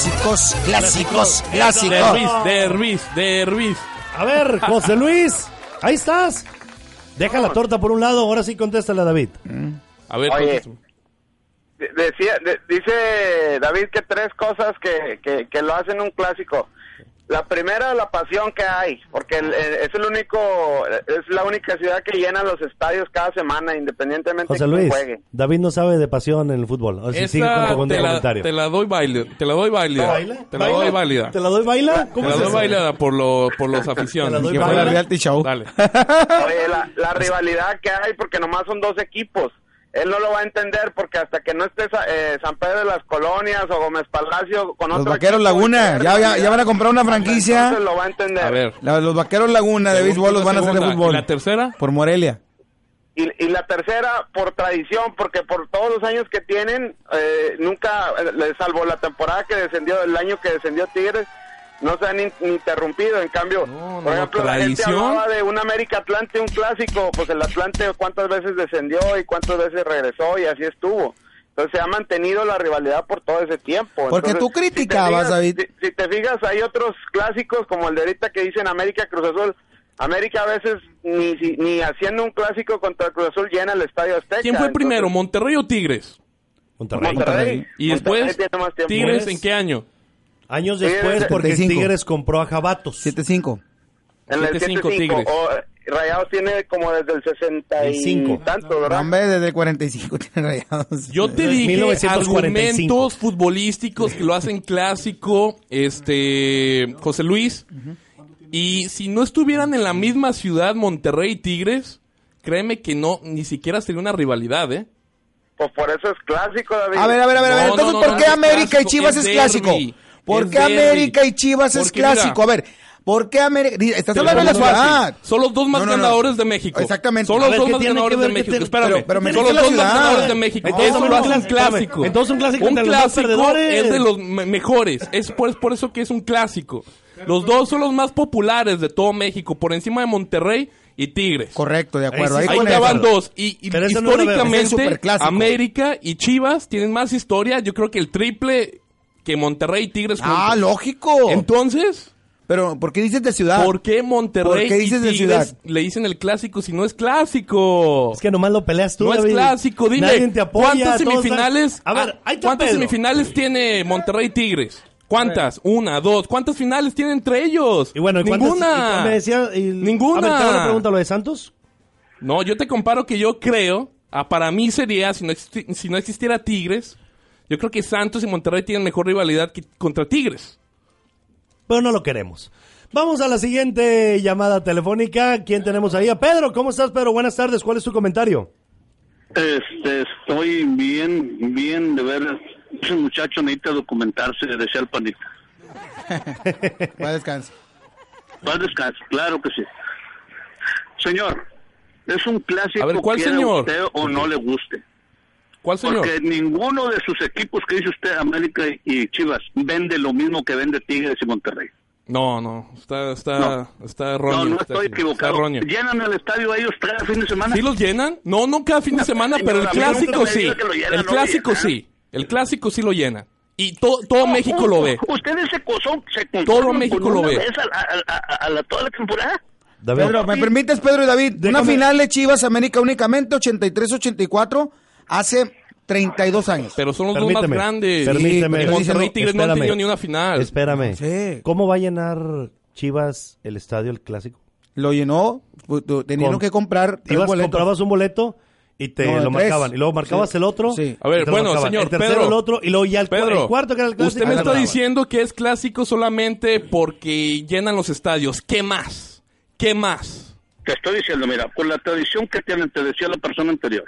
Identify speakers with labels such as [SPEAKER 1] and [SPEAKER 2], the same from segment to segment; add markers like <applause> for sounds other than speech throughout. [SPEAKER 1] Clásicos, clásicos,
[SPEAKER 2] De Ruiz,
[SPEAKER 1] clásicos.
[SPEAKER 2] de Ruiz, de Ruiz.
[SPEAKER 3] A ver, José Luis, ahí estás. Deja la torta por un lado, ahora sí contéstale a David.
[SPEAKER 2] A ver,
[SPEAKER 4] Oye.
[SPEAKER 2] contesto.
[SPEAKER 4] De- decía, de- dice David que tres cosas que, que, que lo hacen un clásico. La primera, la pasión que hay, porque el- el- es el único, es la única ciudad que llena los estadios cada semana, independientemente
[SPEAKER 3] José
[SPEAKER 4] de quién
[SPEAKER 3] Luis,
[SPEAKER 4] juegue.
[SPEAKER 3] David no sabe de pasión en el fútbol. Ahora sí, sigue con
[SPEAKER 2] esa
[SPEAKER 3] tu
[SPEAKER 2] te la,
[SPEAKER 3] comentario.
[SPEAKER 2] te la doy baile, te la doy válida. Te la doy válida.
[SPEAKER 3] ¿Te la doy baila?
[SPEAKER 2] Te
[SPEAKER 3] ¿Cómo
[SPEAKER 2] la
[SPEAKER 3] es
[SPEAKER 2] doy
[SPEAKER 3] eso?
[SPEAKER 2] bailada por, los por
[SPEAKER 3] <laughs>
[SPEAKER 2] los aficiones.
[SPEAKER 3] doy
[SPEAKER 2] Que
[SPEAKER 3] bailada.
[SPEAKER 2] juegan.
[SPEAKER 1] Reality show.
[SPEAKER 2] Dale.
[SPEAKER 4] Oye, la, la rivalidad que hay, porque nomás son dos equipos. Él no lo va a entender porque hasta que no esté Sa- eh, San Pedro de las Colonias o Gómez Palacio con
[SPEAKER 5] Los
[SPEAKER 4] otro
[SPEAKER 5] Vaqueros
[SPEAKER 4] equipo,
[SPEAKER 5] Laguna, ya, ya, ya van a comprar una franquicia.
[SPEAKER 4] Entonces lo va a entender.
[SPEAKER 2] A ver.
[SPEAKER 5] La- los Vaqueros Laguna de béisbol los van a hacer de
[SPEAKER 2] Segunda. ¿Y
[SPEAKER 5] fútbol.
[SPEAKER 2] la tercera?
[SPEAKER 5] Por Morelia.
[SPEAKER 4] Y, y la tercera, por tradición, porque por todos los años que tienen, eh, nunca, eh, le- salvo la temporada que descendió, el año que descendió Tigres, no se han in- interrumpido. En cambio,
[SPEAKER 2] No,
[SPEAKER 4] por
[SPEAKER 2] no,
[SPEAKER 4] ejemplo, la gente
[SPEAKER 2] tradición.
[SPEAKER 4] hablaba de un América Atlante, un clásico, pues el Atlante cuántas veces descendió y cuántas veces regresó y así estuvo. Entonces se ha mantenido la rivalidad por todo ese tiempo.
[SPEAKER 5] Porque
[SPEAKER 4] Entonces,
[SPEAKER 5] tú
[SPEAKER 4] si te
[SPEAKER 5] criticabas,
[SPEAKER 4] fijas-
[SPEAKER 5] David.
[SPEAKER 4] si- si te fijas, hay otros clásicos como el de ahorita que dicen América Cruz Azul. América a veces ni, si- ni haciendo un clásico contra el Cruz Azul llena el Estadio Azteca.
[SPEAKER 2] ¿Quién fue
[SPEAKER 4] Entonces,
[SPEAKER 2] primero, Monterrey o Tigres?
[SPEAKER 3] Monterrey.
[SPEAKER 4] Monterrey.
[SPEAKER 2] Y
[SPEAKER 4] Monterrey
[SPEAKER 2] después,
[SPEAKER 4] tiene más tiempo.
[SPEAKER 2] ¿Tigres en qué año?
[SPEAKER 3] Años después,
[SPEAKER 4] Tigres,
[SPEAKER 3] porque
[SPEAKER 5] 75.
[SPEAKER 3] Tigres compró a Jabatos.
[SPEAKER 5] 7-5.
[SPEAKER 4] En el
[SPEAKER 2] 7-5
[SPEAKER 4] 7-5
[SPEAKER 2] Tigres.
[SPEAKER 4] o, eh, Rayados tiene como desde el 60 y
[SPEAKER 3] Cinco.
[SPEAKER 4] tanto, ¿verdad?
[SPEAKER 5] Rambe desde el 45 <laughs> tiene rayados.
[SPEAKER 2] Yo te
[SPEAKER 3] Es
[SPEAKER 2] dije
[SPEAKER 3] 1945.
[SPEAKER 2] argumentos futbolísticos que lo hacen clásico, este José Luis. Y si no estuvieran en la misma ciudad Monterrey y Tigres, créeme que no ni siquiera sería una rivalidad, ¿eh?
[SPEAKER 4] Pues por eso es clásico, David.
[SPEAKER 5] A ver, a ver, a ver. a ver.
[SPEAKER 2] No,
[SPEAKER 5] Entonces,
[SPEAKER 2] no, no,
[SPEAKER 5] ¿por
[SPEAKER 2] no
[SPEAKER 5] qué
[SPEAKER 2] es
[SPEAKER 5] América y
[SPEAKER 2] clásico,
[SPEAKER 5] Chivas
[SPEAKER 2] es
[SPEAKER 5] es clásico?
[SPEAKER 2] derbi, es
[SPEAKER 5] ¿Por qué
[SPEAKER 2] derbi.
[SPEAKER 5] América y Chivas es
[SPEAKER 2] Porque mira-
[SPEAKER 5] clásico? A ver, ¿por qué América? di- Estás
[SPEAKER 2] Te
[SPEAKER 5] hablando de
[SPEAKER 2] lo
[SPEAKER 5] la
[SPEAKER 2] pongo fácil.
[SPEAKER 5] ciudad.
[SPEAKER 2] Son los dos más
[SPEAKER 5] No, no, no.
[SPEAKER 2] ganadores de México.
[SPEAKER 5] Exactamente.
[SPEAKER 2] Son
[SPEAKER 5] A
[SPEAKER 2] los
[SPEAKER 3] ver,
[SPEAKER 2] dos
[SPEAKER 3] ¿qué
[SPEAKER 2] más
[SPEAKER 3] tiene que
[SPEAKER 2] ganadores de
[SPEAKER 3] ver qué
[SPEAKER 2] México.
[SPEAKER 3] tiene-
[SPEAKER 2] Espérame.
[SPEAKER 5] pero- pero
[SPEAKER 2] Son
[SPEAKER 5] México
[SPEAKER 2] los
[SPEAKER 5] es la
[SPEAKER 2] dos más
[SPEAKER 5] ciudad.
[SPEAKER 2] ganadores de México.
[SPEAKER 3] Entonces
[SPEAKER 2] Eso
[SPEAKER 3] un
[SPEAKER 2] lo hace un
[SPEAKER 3] clásico.
[SPEAKER 2] clásico.
[SPEAKER 3] Entonces un clásico
[SPEAKER 2] Un
[SPEAKER 3] entre los más
[SPEAKER 2] clásico
[SPEAKER 3] perdedores.
[SPEAKER 2] es de los me- mejores. Es por, es por eso que es un clásico. Los dos son los más populares de todo México. Por encima de Monterrey y Tigres.
[SPEAKER 5] Correcto, de acuerdo.
[SPEAKER 3] Ahí
[SPEAKER 5] Ahí
[SPEAKER 3] sí,
[SPEAKER 2] Ahí
[SPEAKER 5] con
[SPEAKER 2] ya
[SPEAKER 5] eso.
[SPEAKER 2] van dos. Y, y
[SPEAKER 3] Pero ese no lo veo.
[SPEAKER 5] Es el
[SPEAKER 2] históricamente,
[SPEAKER 5] superclásico.
[SPEAKER 2] América y Chivas tienen más historia. Yo creo que el triple que Monterrey y Tigres.
[SPEAKER 5] Ah,
[SPEAKER 2] juntos.
[SPEAKER 5] lógico.
[SPEAKER 2] Entonces,
[SPEAKER 5] Pero, ¿por qué dices de
[SPEAKER 3] Ah,
[SPEAKER 5] ciudad?
[SPEAKER 2] ¿por qué Monterrey
[SPEAKER 5] ¿Por qué dices
[SPEAKER 2] y
[SPEAKER 5] de
[SPEAKER 2] Tigres
[SPEAKER 5] ciudad?
[SPEAKER 2] le dicen el clásico si no es clásico?
[SPEAKER 3] Es que nomás lo peleas tú,
[SPEAKER 2] no
[SPEAKER 3] David.
[SPEAKER 2] es clásico, dime.
[SPEAKER 3] Nadie te apoya,
[SPEAKER 2] ¿Cuántas
[SPEAKER 3] todos-
[SPEAKER 2] semifinales?
[SPEAKER 3] A ver,
[SPEAKER 2] ah,
[SPEAKER 3] ahí está
[SPEAKER 2] ¿Cuántas
[SPEAKER 3] Pedro.
[SPEAKER 2] semifinales tiene Monterrey y Tigres? ¿Cuántas? Una, dos. ¿Cuántas finales tiene entre ellos?
[SPEAKER 3] Y bueno, ¿y cuántas-
[SPEAKER 2] ninguna.
[SPEAKER 3] y- me decía, y-
[SPEAKER 2] ninguna.
[SPEAKER 3] A ver, te hago una pregunta, ¿lo de Santos?
[SPEAKER 2] No, yo te comparo que yo creo, ah, para mí sería, si no, existi- si no existiera Tigres, yo creo que Santos y Monterrey tienen mejor rivalidad que contra Tigres.
[SPEAKER 3] Pero no lo queremos. Vamos a la siguiente llamada telefónica. ¿Quién tenemos ahí? A Pedro, ¿cómo estás, Pedro? Buenas tardes, ¿cuál es tu comentario?
[SPEAKER 6] Este, estoy bien, bien, de veras. Ese muchacho necesita documentarse de ser panita.
[SPEAKER 5] Va a descanso.
[SPEAKER 6] Va a descansar, claro que sí. Señor, es un clásico
[SPEAKER 2] A ver, ¿cuál
[SPEAKER 6] quiera
[SPEAKER 2] señor?
[SPEAKER 6] usted o no le guste.
[SPEAKER 2] ¿Cuál señor?
[SPEAKER 6] Porque ninguno de sus equipos que dice usted, América y Chivas, vende lo mismo que vende Tigres y Monterrey.
[SPEAKER 2] No, no, está, está, está erróneo.
[SPEAKER 6] No, no
[SPEAKER 2] está-
[SPEAKER 6] estoy
[SPEAKER 2] está
[SPEAKER 6] equivocado.
[SPEAKER 2] erróneo.
[SPEAKER 6] Llenan el estadio ellos cada fin de semana.
[SPEAKER 2] ¿Sí los llenan? No, no cada fin de semana, pero
[SPEAKER 6] Señor,
[SPEAKER 2] el
[SPEAKER 6] a mí nunca
[SPEAKER 2] clásico
[SPEAKER 6] me
[SPEAKER 2] sí.
[SPEAKER 6] diga que lo llenan,
[SPEAKER 2] El
[SPEAKER 6] no
[SPEAKER 2] clásico
[SPEAKER 6] llenan.
[SPEAKER 2] sí. El clásico sí lo llena. Y to- todo México lo ve.
[SPEAKER 6] Ustedes se, coso- se
[SPEAKER 2] Todo
[SPEAKER 6] conforman
[SPEAKER 2] México
[SPEAKER 6] con
[SPEAKER 2] lo
[SPEAKER 6] una
[SPEAKER 2] ve.
[SPEAKER 6] vez a, la- a- a- a la- toda la temporada.
[SPEAKER 3] David.
[SPEAKER 5] Pedro, ¿me permites, Pedro y David?
[SPEAKER 3] Déjame-
[SPEAKER 5] Una final de Chivas América únicamente 83-84 hace 32 años.
[SPEAKER 2] Pero son los dos más grandes.
[SPEAKER 3] Permíteme.
[SPEAKER 5] Sí,
[SPEAKER 2] Y Monterrey y Tigres no han
[SPEAKER 3] Espérame.
[SPEAKER 2] tenido ni una final.
[SPEAKER 3] Espérame.
[SPEAKER 5] Sí.
[SPEAKER 3] ¿Cómo va a llenar Chivas el estadio, el clásico?
[SPEAKER 5] Lo llenó, pu- tu- tenieron
[SPEAKER 3] Con-
[SPEAKER 5] que comprar tres
[SPEAKER 3] Ibas,
[SPEAKER 5] boletos.
[SPEAKER 3] comprabas un boleto y te
[SPEAKER 5] No,
[SPEAKER 3] lo
[SPEAKER 5] tres.
[SPEAKER 3] marcaban. Y luego marcabas
[SPEAKER 5] Sí.
[SPEAKER 3] el otro.
[SPEAKER 5] Sí.
[SPEAKER 2] A ver,
[SPEAKER 3] y te lo
[SPEAKER 2] bueno,
[SPEAKER 3] marcaban.
[SPEAKER 2] señor,
[SPEAKER 3] El tercero,
[SPEAKER 2] Pedro.
[SPEAKER 3] el otro. Y luego ya el, cu-
[SPEAKER 2] Pedro,
[SPEAKER 3] el cuarto que era el clásico.
[SPEAKER 2] usted me está
[SPEAKER 3] ganaba.
[SPEAKER 2] diciendo que es clásico solamente porque llenan los estadios. ¿Qué más? ¿Qué más?
[SPEAKER 6] Te estoy diciendo, mira, por la tradición que tienen, te decía la persona anterior.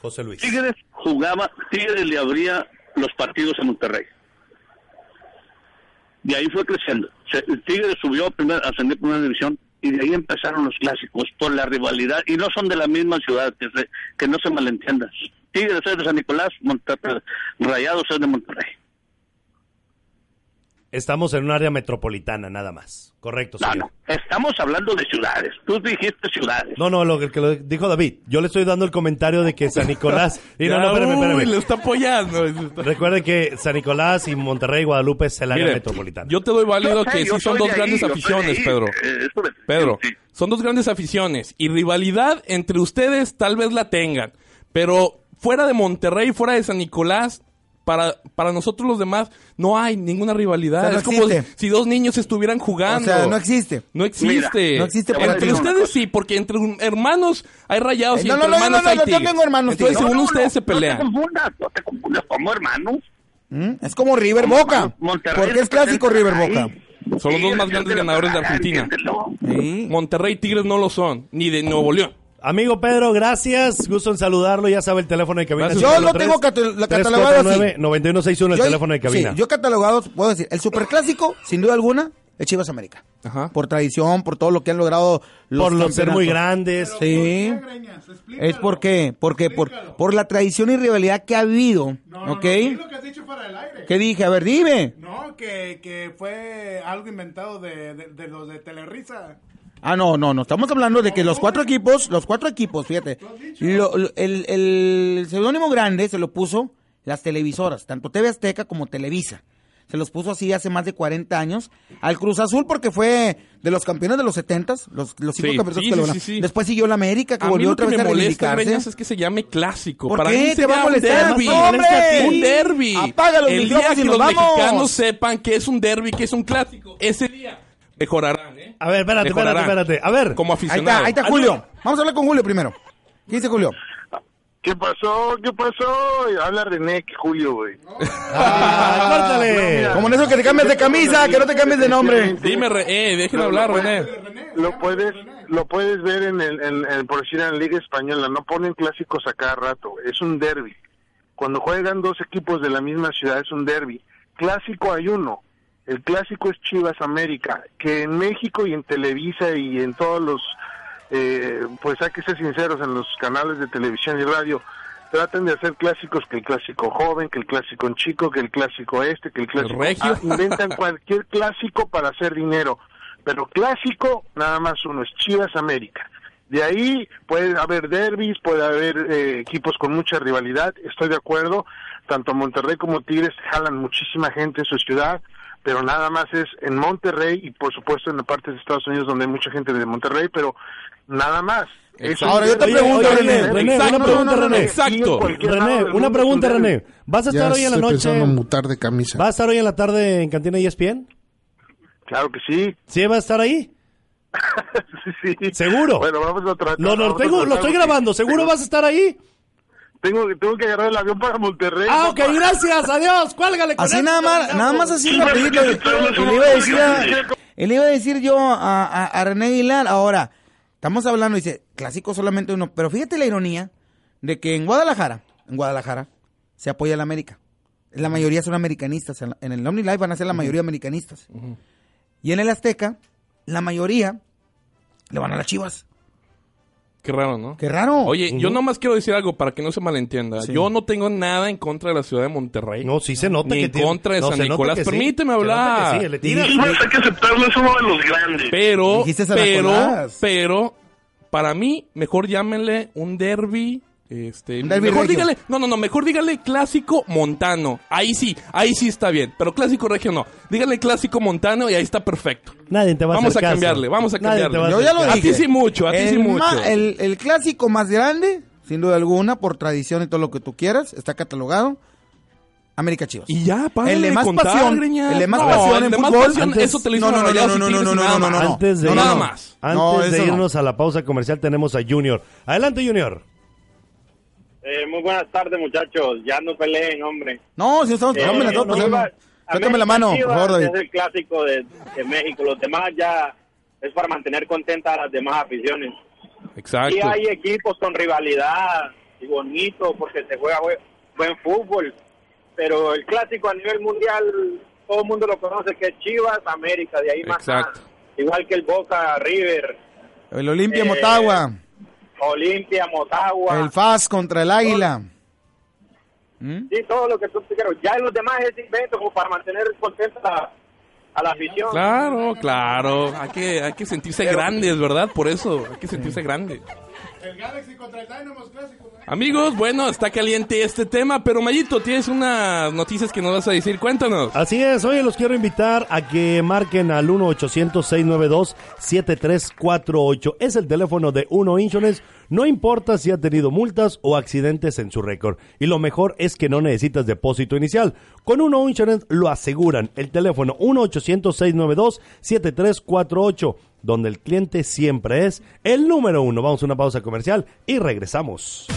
[SPEAKER 3] José Luis.
[SPEAKER 6] Tigres jugaba, Tigres le abría los partidos a Monterrey. De ahí fue creciendo. Se- Tigres subió a primer, ascendió a primera división y de ahí empezaron los clásicos por la rivalidad y no son de la misma ciudad, que, se- que no se malentiendas. Tigres es de San Nicolás, Monterrey, Rayados es de Monterrey.
[SPEAKER 3] Estamos en un área metropolitana, nada más. Correcto,
[SPEAKER 6] No,
[SPEAKER 3] señor.
[SPEAKER 6] no. Estamos hablando de ciudades. Tú dijiste ciudades.
[SPEAKER 3] No, no, lo que, que lo dijo David. Yo le estoy dando el comentario de que San
[SPEAKER 4] <laughs>
[SPEAKER 3] Nicolás. Y no,
[SPEAKER 2] Ya,
[SPEAKER 3] no, espérame,
[SPEAKER 2] uy,
[SPEAKER 3] espérame.
[SPEAKER 2] lo está apoyando.
[SPEAKER 3] Recuerde que San Nicolás y Monterrey y Guadalupe es el área
[SPEAKER 2] Mire,
[SPEAKER 3] metropolitana.
[SPEAKER 2] yo te doy válido que
[SPEAKER 6] Yo
[SPEAKER 2] sí son
[SPEAKER 6] soy
[SPEAKER 2] dos
[SPEAKER 6] de ahí, yo
[SPEAKER 2] grandes
[SPEAKER 6] soy de
[SPEAKER 2] aficiones,
[SPEAKER 6] ahí.
[SPEAKER 2] Pedro.
[SPEAKER 6] Eh, eso me-
[SPEAKER 2] Pedro,
[SPEAKER 6] sí.
[SPEAKER 2] son dos grandes aficiones y rivalidad entre ustedes tal vez la tengan, pero fuera de Monterrey, fuera de San Nicolás, para, para nosotros los demás no hay ninguna rivalidad.
[SPEAKER 5] O sea, no
[SPEAKER 2] es como si,
[SPEAKER 5] existe.
[SPEAKER 2] si dos niños estuvieran
[SPEAKER 5] O
[SPEAKER 2] jugando.
[SPEAKER 5] sea, no existe.
[SPEAKER 2] No existe.
[SPEAKER 5] no existe
[SPEAKER 6] para
[SPEAKER 2] Entre
[SPEAKER 6] ti.
[SPEAKER 2] ustedes sí, porque entre un- hermanos hay rayados
[SPEAKER 5] Eh,
[SPEAKER 2] y
[SPEAKER 5] no,
[SPEAKER 2] entre
[SPEAKER 5] no, no,
[SPEAKER 2] hermanos
[SPEAKER 5] no, no,
[SPEAKER 2] hay
[SPEAKER 5] yo
[SPEAKER 2] tigres.
[SPEAKER 5] tengo hermanos
[SPEAKER 2] Entonces,
[SPEAKER 5] tigres.
[SPEAKER 2] según ustedes se
[SPEAKER 6] No te
[SPEAKER 2] pelean.
[SPEAKER 6] confundas, no te confundas como hermanos.
[SPEAKER 5] ¿Mm? Es como River Boca.
[SPEAKER 6] Monterrey
[SPEAKER 5] Porque es clásico River
[SPEAKER 6] representa
[SPEAKER 5] Boca. ¿Mm?
[SPEAKER 6] ahí.
[SPEAKER 2] Son los
[SPEAKER 6] Sí,
[SPEAKER 2] dos más
[SPEAKER 6] yo
[SPEAKER 2] grandes
[SPEAKER 6] te lo
[SPEAKER 2] ganadores de
[SPEAKER 6] pagaré,
[SPEAKER 2] Argentina.
[SPEAKER 6] entiéndelo.
[SPEAKER 5] Sí.
[SPEAKER 2] Monterrey y Tigres no lo son, ni de Nuevo León.
[SPEAKER 3] Amigo Pedro, gracias. Gusto en saludarlo. Ya sabe el teléfono de cabina.
[SPEAKER 2] Gracias.
[SPEAKER 5] Yo lo tengo cate- la- catalogado así.
[SPEAKER 3] 9161 el
[SPEAKER 5] Yo-
[SPEAKER 3] teléfono de cabina.
[SPEAKER 5] sí, yo catalogado, puedo decir, el superclásico, sin duda alguna, es Chivas América.
[SPEAKER 6] Ah.
[SPEAKER 2] Ajá.
[SPEAKER 5] Por tradición, por todo lo que han logrado los
[SPEAKER 3] Por los ser muy
[SPEAKER 5] campeonatos.
[SPEAKER 3] grandes.
[SPEAKER 5] Sí. Es porque, porque por, por la tradición y rivalidad que ha habido, ¿ok?
[SPEAKER 7] que has dicho para el aire.
[SPEAKER 5] ¿Qué dije? A ver, dime.
[SPEAKER 7] No, que, que fue algo inventado de, de, de los de Telerisa.
[SPEAKER 5] Ah, no, no, no. Estamos hablando de que los cuatro equipos, los cuatro equipos, fíjate. lo- lo- el el seudónimo grande se lo puso las televisoras, tanto TV Azteca como Televisa. Se los puso así hace más de 40 años. Al Cruz Azul porque fue de los campeones de los 70s, los, los cinco
[SPEAKER 2] Sí,
[SPEAKER 5] campeones
[SPEAKER 2] sí,
[SPEAKER 5] que
[SPEAKER 2] sí,
[SPEAKER 5] lo ganaron.
[SPEAKER 2] sí, sí.
[SPEAKER 5] Después siguió la América que
[SPEAKER 2] A mí
[SPEAKER 5] volvió
[SPEAKER 2] lo
[SPEAKER 5] otra
[SPEAKER 2] que
[SPEAKER 5] vez
[SPEAKER 2] me
[SPEAKER 5] a
[SPEAKER 2] molesta, Greñas,
[SPEAKER 5] reivindicarse.
[SPEAKER 2] es que se llame clásico.
[SPEAKER 5] ¿Por
[SPEAKER 2] Para
[SPEAKER 5] qué
[SPEAKER 2] mí
[SPEAKER 5] te
[SPEAKER 2] sería
[SPEAKER 5] va a
[SPEAKER 2] un
[SPEAKER 5] molestar?
[SPEAKER 2] derbi.
[SPEAKER 5] Además, ¡Hombre!
[SPEAKER 2] Un derby.
[SPEAKER 5] Apaga los
[SPEAKER 2] el día
[SPEAKER 5] micrófonos y
[SPEAKER 2] que
[SPEAKER 5] nos
[SPEAKER 2] los
[SPEAKER 5] vamos.
[SPEAKER 2] mexicanos sepan que es un derby, que es un clásico, ese día mejorarán, ¿eh?
[SPEAKER 3] A ver, espérate, espérate,
[SPEAKER 2] Mejorarán.
[SPEAKER 3] espérate. A ver.
[SPEAKER 2] Como
[SPEAKER 5] Ahí
[SPEAKER 2] aficionado.
[SPEAKER 5] está, ahí está Julio. Vamos a hablar con Julio primero. ¿Qué dice Julio?
[SPEAKER 4] ¿Qué pasó? ¿Qué pasó? Habla René, que Julio, güey.
[SPEAKER 3] Ah, córtale.
[SPEAKER 4] no, mira.
[SPEAKER 5] Eh, Como en eso que te cambias de camisa, que no te cambies de nombre.
[SPEAKER 2] Dime, Re- eh, déjenme hablar, René.
[SPEAKER 4] Lo puedes, lo puedes ver en, el, en, en, por decir, en la Liga Española. No ponen clásicos a cada rato. Es un derby. Cuando juegan dos equipos de la misma ciudad, es un derby. Clásico hay uno. El clásico es Chivas América, que en México y en Televisa y en todos los, eh, pues hay que ser sinceros, en los canales de televisión y radio, tratan de hacer clásicos que el clásico joven, que el clásico chico, que el clásico este, que el clásico...
[SPEAKER 2] regio.
[SPEAKER 4] Ah, inventan cualquier clásico para hacer dinero, pero clásico nada más uno, es Chivas América. De ahí puede haber derbis, puede haber eh, equipos con mucha rivalidad, estoy de acuerdo, tanto Monterrey como Tigres jalan muchísima gente en su ciudad, pero nada más es en Monterrey y por supuesto en la parte de Estados Unidos donde hay mucha gente de Monterrey, pero nada más. Es un
[SPEAKER 5] Ahora, yo te
[SPEAKER 4] derbi.
[SPEAKER 5] pregunto, René,
[SPEAKER 3] René, una
[SPEAKER 4] Exacto.
[SPEAKER 3] pregunta,
[SPEAKER 4] No, no, no,
[SPEAKER 3] René.
[SPEAKER 4] aquí en
[SPEAKER 2] Exacto.
[SPEAKER 4] cualquier lado
[SPEAKER 3] René,
[SPEAKER 4] del mundo
[SPEAKER 3] una
[SPEAKER 4] es
[SPEAKER 3] pregunta,
[SPEAKER 4] un derbi.
[SPEAKER 3] René. ¿Vas a estar
[SPEAKER 8] Ya
[SPEAKER 3] hoy en la
[SPEAKER 8] se
[SPEAKER 3] noche?
[SPEAKER 8] empezaron a mutar de camisa.
[SPEAKER 3] ¿Vas a estar hoy en la tarde en Cantina E ESPN?
[SPEAKER 4] Claro que sí.
[SPEAKER 3] ¿Sí va a estar ahí?
[SPEAKER 4] <laughs> Sí, sí.
[SPEAKER 3] ¿Seguro?
[SPEAKER 4] Bueno, vamos a tratar.
[SPEAKER 3] Lo, lo
[SPEAKER 4] vamos a
[SPEAKER 3] tengo- lo
[SPEAKER 4] tratar
[SPEAKER 3] estoy
[SPEAKER 4] porque
[SPEAKER 3] grabando. ¿Seguro vas a estar ahí?
[SPEAKER 4] Tengo, tengo que agarrar el avión para Monterrey.
[SPEAKER 3] Ah, ok,
[SPEAKER 4] papá.
[SPEAKER 3] gracias, adiós, cuélgale con
[SPEAKER 5] Así
[SPEAKER 3] esto,
[SPEAKER 5] nada más,
[SPEAKER 3] carajo.
[SPEAKER 5] nada más así
[SPEAKER 6] Sí,
[SPEAKER 5] rapidito.
[SPEAKER 6] porque todos
[SPEAKER 5] Y
[SPEAKER 6] somos
[SPEAKER 5] le iba a decir a,
[SPEAKER 6] iguales.
[SPEAKER 5] y le iba a decir yo a, a- a René Aguilar, ahora, estamos hablando, dice, clásico solamente uno. Pero fíjate la ironía de que en Guadalajara, en Guadalajara, se apoya al América. La mayoría son americanistas. En, la- en el OmniLife van a ser la mayoría americanistas. Y en el Azteca, la mayoría le van a las chivas.
[SPEAKER 2] Qué raro, ¿no?
[SPEAKER 5] Qué raro.
[SPEAKER 2] Oye, yo nomás quiero decir algo para que no se malentienda.
[SPEAKER 5] Sí.
[SPEAKER 2] Yo no tengo nada en contra de la ciudad de Monterrey.
[SPEAKER 3] No, sí se nota
[SPEAKER 2] Ni
[SPEAKER 3] que
[SPEAKER 2] en
[SPEAKER 3] tiene-
[SPEAKER 2] contra de
[SPEAKER 3] no,
[SPEAKER 2] San
[SPEAKER 3] se nota
[SPEAKER 2] Nicolás.
[SPEAKER 3] que sí.
[SPEAKER 2] Permíteme
[SPEAKER 3] Se nota que
[SPEAKER 2] hablar.
[SPEAKER 3] sí, le tiras.
[SPEAKER 6] Chivas hay que aceptarlo, es uno de los grandes.
[SPEAKER 2] Pero,
[SPEAKER 5] Dijiste San
[SPEAKER 2] pero,
[SPEAKER 5] Nicolás.
[SPEAKER 2] pero, para mí, mejor llámenle un derby. Este,
[SPEAKER 5] Un derbi
[SPEAKER 2] mejor
[SPEAKER 5] regio.
[SPEAKER 2] dígale, no, no, no, mejor dígale clásico montano. Ahí sí, ahí sí está bien, pero clásico regio no. Dígale clásico montano y ahí está perfecto.
[SPEAKER 3] Nadie te va a
[SPEAKER 2] Vamos
[SPEAKER 3] hacer
[SPEAKER 2] a
[SPEAKER 3] caso.
[SPEAKER 2] cambiarle, vamos a
[SPEAKER 3] Nadie te
[SPEAKER 2] cambiarle.
[SPEAKER 3] va a
[SPEAKER 5] Yo
[SPEAKER 3] hacer
[SPEAKER 5] ya lo
[SPEAKER 3] caso.
[SPEAKER 2] A
[SPEAKER 5] dije.
[SPEAKER 2] ti sí mucho, a ti
[SPEAKER 5] el
[SPEAKER 2] sí mucho.
[SPEAKER 5] ma- el, el clásico más grande, sin duda alguna, por tradición y todo lo que tú quieras, está catalogado. América Chivas.
[SPEAKER 2] Y ya, párale
[SPEAKER 5] el de
[SPEAKER 2] de
[SPEAKER 5] más
[SPEAKER 2] contar,
[SPEAKER 5] pasión,
[SPEAKER 2] Greñas.
[SPEAKER 5] el de más
[SPEAKER 2] No,
[SPEAKER 5] pasión
[SPEAKER 2] el
[SPEAKER 5] en
[SPEAKER 2] de más
[SPEAKER 5] fútbol.
[SPEAKER 2] pasión, eso te lo
[SPEAKER 5] no,
[SPEAKER 2] hicieron
[SPEAKER 5] no, no,
[SPEAKER 2] Rayados
[SPEAKER 5] no,
[SPEAKER 2] y
[SPEAKER 5] no, no,
[SPEAKER 2] Tigres
[SPEAKER 5] no,
[SPEAKER 2] y
[SPEAKER 5] no,
[SPEAKER 2] nada
[SPEAKER 5] no, no,
[SPEAKER 2] más.
[SPEAKER 5] no.
[SPEAKER 3] Antes de
[SPEAKER 5] No,
[SPEAKER 2] irnos-
[SPEAKER 5] no, no.
[SPEAKER 2] más.
[SPEAKER 3] Antes
[SPEAKER 5] No, eso
[SPEAKER 3] de
[SPEAKER 5] no.
[SPEAKER 3] irnos a la pausa comercial tenemos a Junior. Adelante, Junior.
[SPEAKER 9] Eh, muy buenas tardes, muchachos. Ya no peleen, hombre.
[SPEAKER 5] No, si no estamos no, me la
[SPEAKER 9] Eh,
[SPEAKER 5] tengo
[SPEAKER 9] Chivas-
[SPEAKER 5] pasando. pues, Suéltame la
[SPEAKER 9] América
[SPEAKER 5] mano, por
[SPEAKER 9] Chivas
[SPEAKER 5] favor, David.
[SPEAKER 9] Es el clásico de, de México. Los demás ya es para mantener contentas a las demás aficiones. Y
[SPEAKER 2] Exacto.
[SPEAKER 9] hay equipos con rivalidad y bonito porque se juega buen, buen fútbol. Pero el clásico a nivel mundial, todo el mundo lo conoce, que es Chivas América, de ahí más nada.
[SPEAKER 2] Exacto.
[SPEAKER 9] Igual que el Boca River,
[SPEAKER 5] El Olimpia
[SPEAKER 9] Eh,
[SPEAKER 5] Motagua,
[SPEAKER 9] Olimpia, Motagua.
[SPEAKER 5] el FAS contra el Águila. ¿Mm?
[SPEAKER 9] Sí, todo lo que tú te quieras. Ya en los demás es invento como para mantener contenta a la afición.
[SPEAKER 2] Claro, claro. Hay que, hay que sentirse grandes, ¿verdad? Por eso, hay que sentirse grandes.
[SPEAKER 7] El Galaxy contra el Dynamo es clásico, güey.
[SPEAKER 2] Amigos, bueno, está caliente este tema, pero Mayito, tienes unas noticias que nos vas a decir. Cuéntanos.
[SPEAKER 3] Así es, oye, los quiero invitar a que marquen al 1-800-692-7348. Es el teléfono de Uno Insurance. No importa si ha tenido multas o accidentes en su récord. Y lo mejor es que no necesitas depósito inicial. Con Uno Insurance lo aseguran. El teléfono 1-800-692-7348, donde el cliente siempre es el número uno. Vamos a una pausa comercial y regresamos.